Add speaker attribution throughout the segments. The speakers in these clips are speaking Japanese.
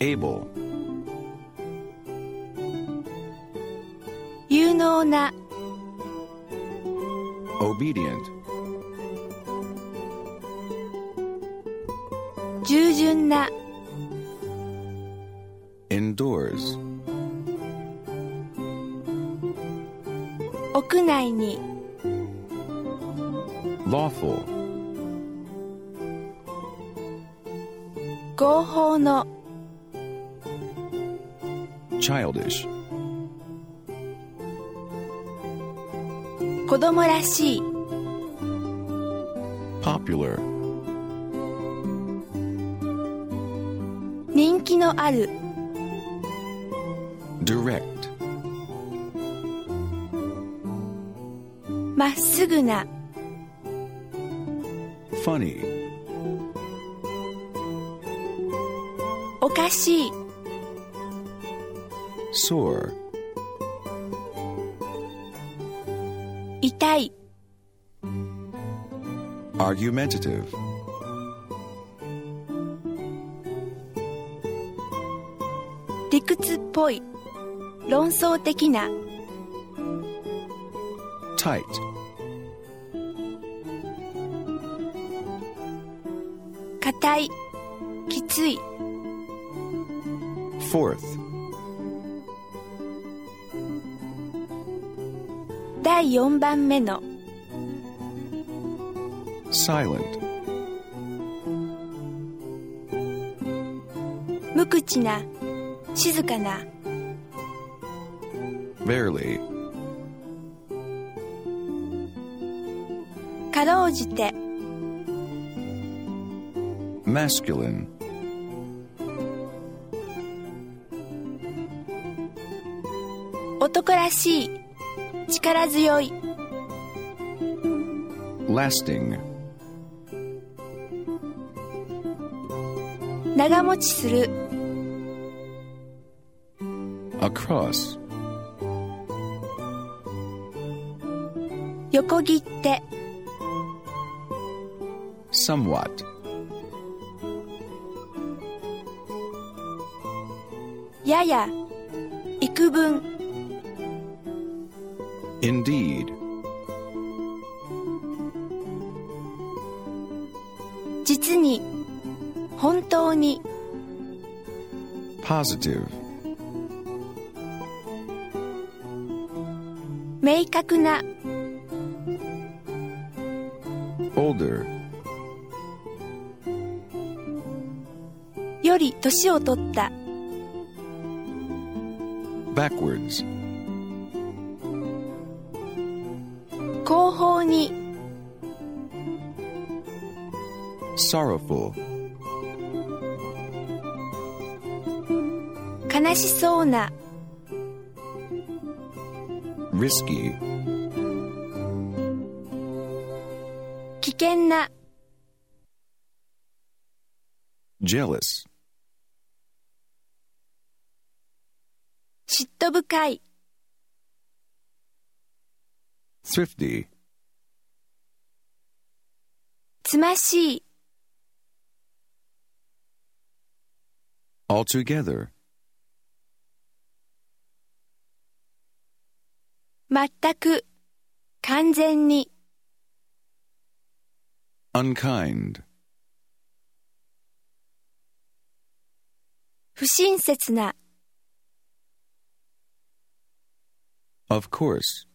Speaker 1: able,
Speaker 2: 有能な
Speaker 1: obedient,
Speaker 2: 従順な
Speaker 1: endures,
Speaker 2: 屋内に
Speaker 1: lawful,
Speaker 2: 合法の
Speaker 1: childish,
Speaker 2: 子供らしい
Speaker 1: popular,
Speaker 2: 人気のある
Speaker 1: direct,
Speaker 2: まっすぐな
Speaker 1: funny,
Speaker 2: おかしい
Speaker 1: sore,
Speaker 2: 痛い
Speaker 1: argumentative,
Speaker 2: 理屈っぽい論争的な
Speaker 1: tight,
Speaker 2: 硬いきつい
Speaker 1: fourth,
Speaker 2: 第4番目の
Speaker 1: silent,
Speaker 2: 無口な静かな
Speaker 1: barely,
Speaker 2: かろうじて
Speaker 1: masculine,
Speaker 2: 男らしい力強い
Speaker 1: lasting,
Speaker 2: 長持ちする
Speaker 1: across,
Speaker 2: 横切って
Speaker 1: somewhat,
Speaker 2: やや幾分
Speaker 1: indeed,
Speaker 2: 実に本当に
Speaker 1: positive,
Speaker 2: 明確な
Speaker 1: older,
Speaker 2: より年を取った
Speaker 1: backwards,
Speaker 2: 後方に
Speaker 1: sorrowful,
Speaker 2: 悲しそうな
Speaker 1: risky,
Speaker 2: 危険な
Speaker 1: jealous,
Speaker 2: 嫉妬深い
Speaker 1: thrifty,
Speaker 2: つましい
Speaker 1: altogether,
Speaker 2: 全く完全に
Speaker 1: unkind,
Speaker 2: 不親切な
Speaker 1: of course,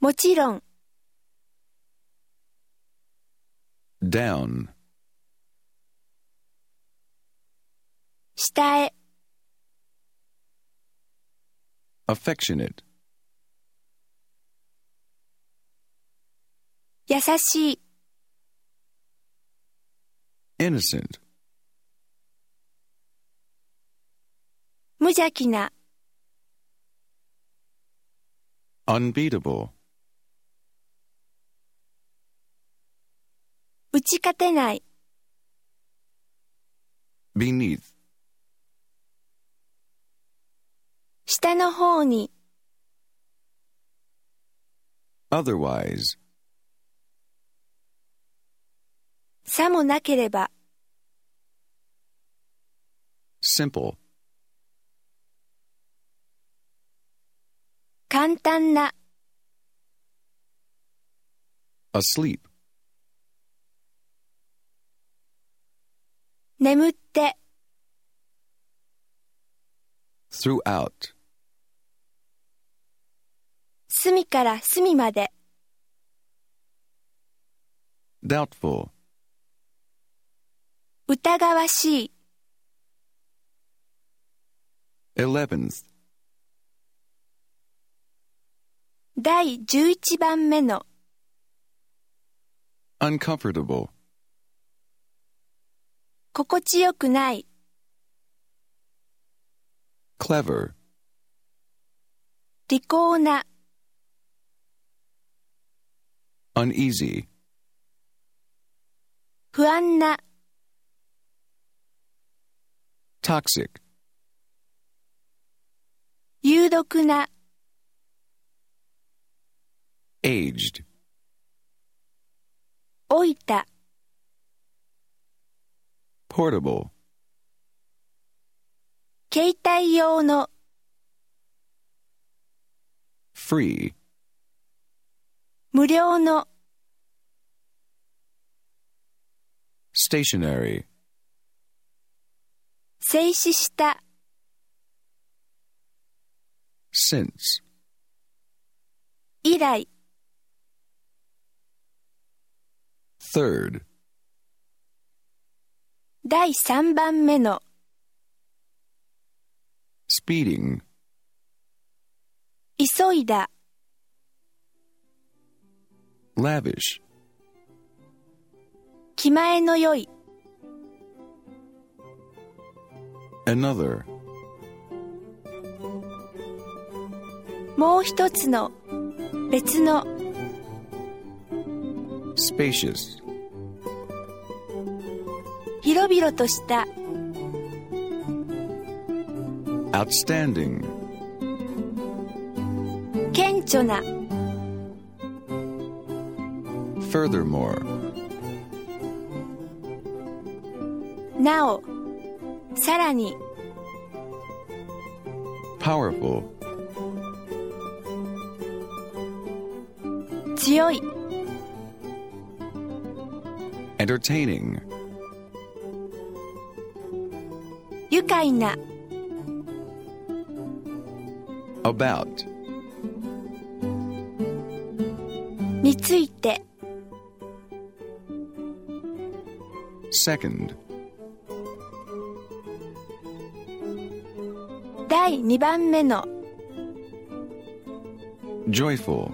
Speaker 2: もちろん
Speaker 1: down,
Speaker 2: 下へ
Speaker 1: affectionate,
Speaker 2: 優しい
Speaker 1: innocent,
Speaker 2: 無邪気な
Speaker 1: unbeatable,
Speaker 2: 打ち勝てない
Speaker 1: beneath,
Speaker 2: 下の方に
Speaker 1: otherwise,
Speaker 2: さもなければ
Speaker 1: simple,
Speaker 2: 簡単な、
Speaker 1: asleep,
Speaker 2: 眠って、
Speaker 1: throughout,
Speaker 2: 隅から隅まで、
Speaker 1: doubtful,
Speaker 2: 疑わしい、
Speaker 1: eleventh,
Speaker 2: 第11番目の、
Speaker 1: uncomfortable,
Speaker 2: 心地よくない、
Speaker 1: clever,
Speaker 2: 利口な、
Speaker 1: uneasy,
Speaker 2: 不安な、
Speaker 1: toxic,
Speaker 2: 有毒な、
Speaker 1: aged,
Speaker 2: 老いた、
Speaker 1: portable,
Speaker 2: 携帯用の、
Speaker 1: free,
Speaker 2: 無料の、
Speaker 1: stationary,
Speaker 2: 静止した、
Speaker 1: since,
Speaker 2: 以来、
Speaker 1: third,
Speaker 2: 第3番目の、
Speaker 1: speeding,
Speaker 2: 急いだ、
Speaker 1: lavish,
Speaker 2: 気前の良い、
Speaker 1: another,
Speaker 2: もう一つの、別の、
Speaker 1: spacious,
Speaker 2: 広々とした、
Speaker 1: outstanding,
Speaker 2: 顕著な、
Speaker 1: furthermore,
Speaker 2: なお、さらに、
Speaker 1: powerful,
Speaker 2: 強い、
Speaker 1: entertaining,
Speaker 2: 愉快な、
Speaker 1: about,
Speaker 2: について、
Speaker 1: second,
Speaker 2: 第2番目の、
Speaker 1: joyful,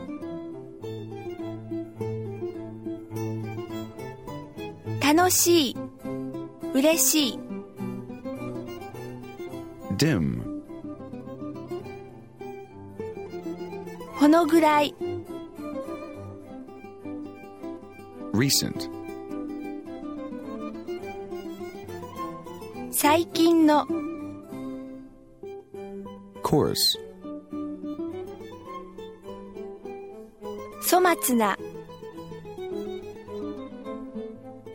Speaker 2: 楽しい、嬉しい、
Speaker 1: dim,
Speaker 2: ほのぐらい、
Speaker 1: recent,
Speaker 2: 最近の、
Speaker 1: coarse,
Speaker 2: 粗末な、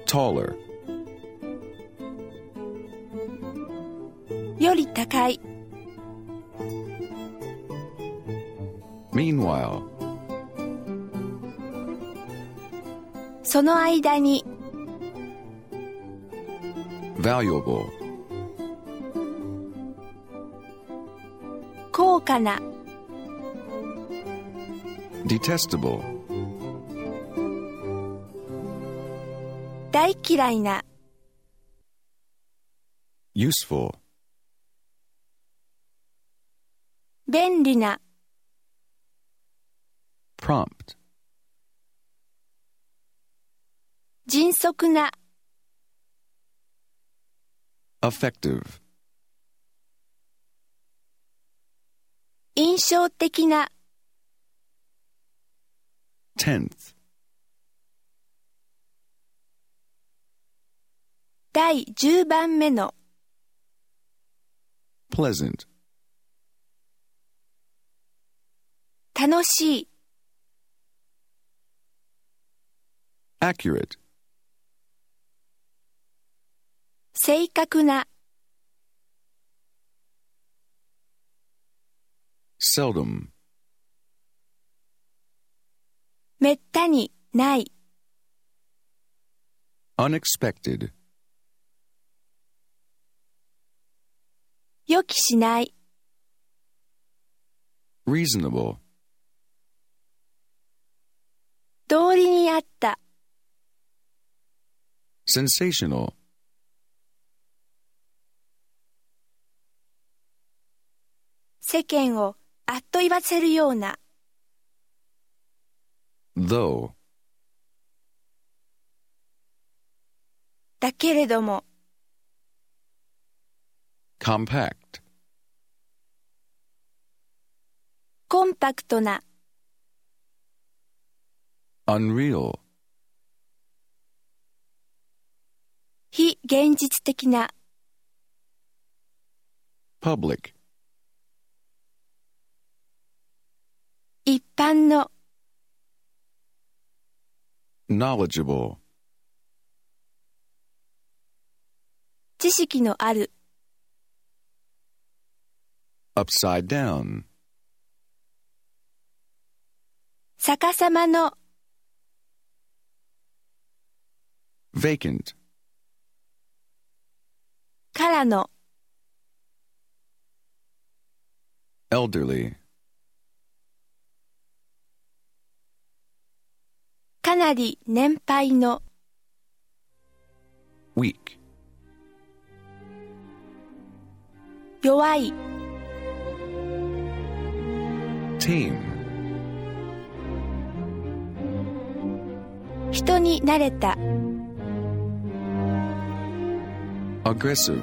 Speaker 1: taller,
Speaker 2: より高い、
Speaker 1: meanwhile,
Speaker 2: その間に、
Speaker 1: valuable,
Speaker 2: 高価な、
Speaker 1: detestable,
Speaker 2: 大嫌いな、
Speaker 1: useful,
Speaker 2: 便利な、
Speaker 1: prompt,
Speaker 2: 迅速な、
Speaker 1: effective,
Speaker 2: 印象的な、
Speaker 1: tenth,
Speaker 2: 第10番目の、
Speaker 1: pleasant,
Speaker 2: 楽しい、
Speaker 1: accurate,
Speaker 2: 正確な、
Speaker 1: seldom,
Speaker 2: めったにない、
Speaker 1: unexpected,
Speaker 2: 予期しない、
Speaker 1: reasonable,
Speaker 2: 道理にあった、
Speaker 1: sensational,
Speaker 2: 世間をあっと言わせるような、
Speaker 1: though,
Speaker 2: だけれども、
Speaker 1: compact,
Speaker 2: コンパクトな、
Speaker 1: unreal,
Speaker 2: 非現実的な、
Speaker 1: public,
Speaker 2: 一般の、
Speaker 1: knowledgeable,
Speaker 2: 知識のある、
Speaker 1: upside down,
Speaker 2: 逆さまの、
Speaker 1: vacant,
Speaker 2: からの、
Speaker 1: elderly,
Speaker 2: かなり年配の、
Speaker 1: weak,
Speaker 2: 弱い、
Speaker 1: tame,
Speaker 2: 人に慣れた、
Speaker 1: aggressive,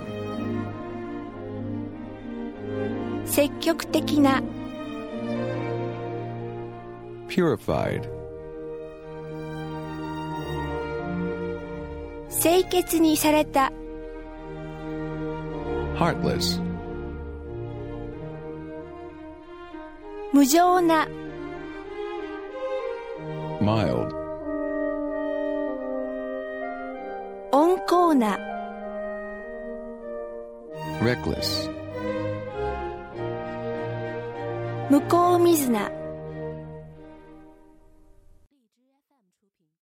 Speaker 2: 積極的な、
Speaker 1: purified,
Speaker 2: 清潔にされた、
Speaker 1: heartless,
Speaker 2: 無情な、
Speaker 1: mild,
Speaker 2: 温厚な、
Speaker 1: reckless,
Speaker 2: 向こう見ずな、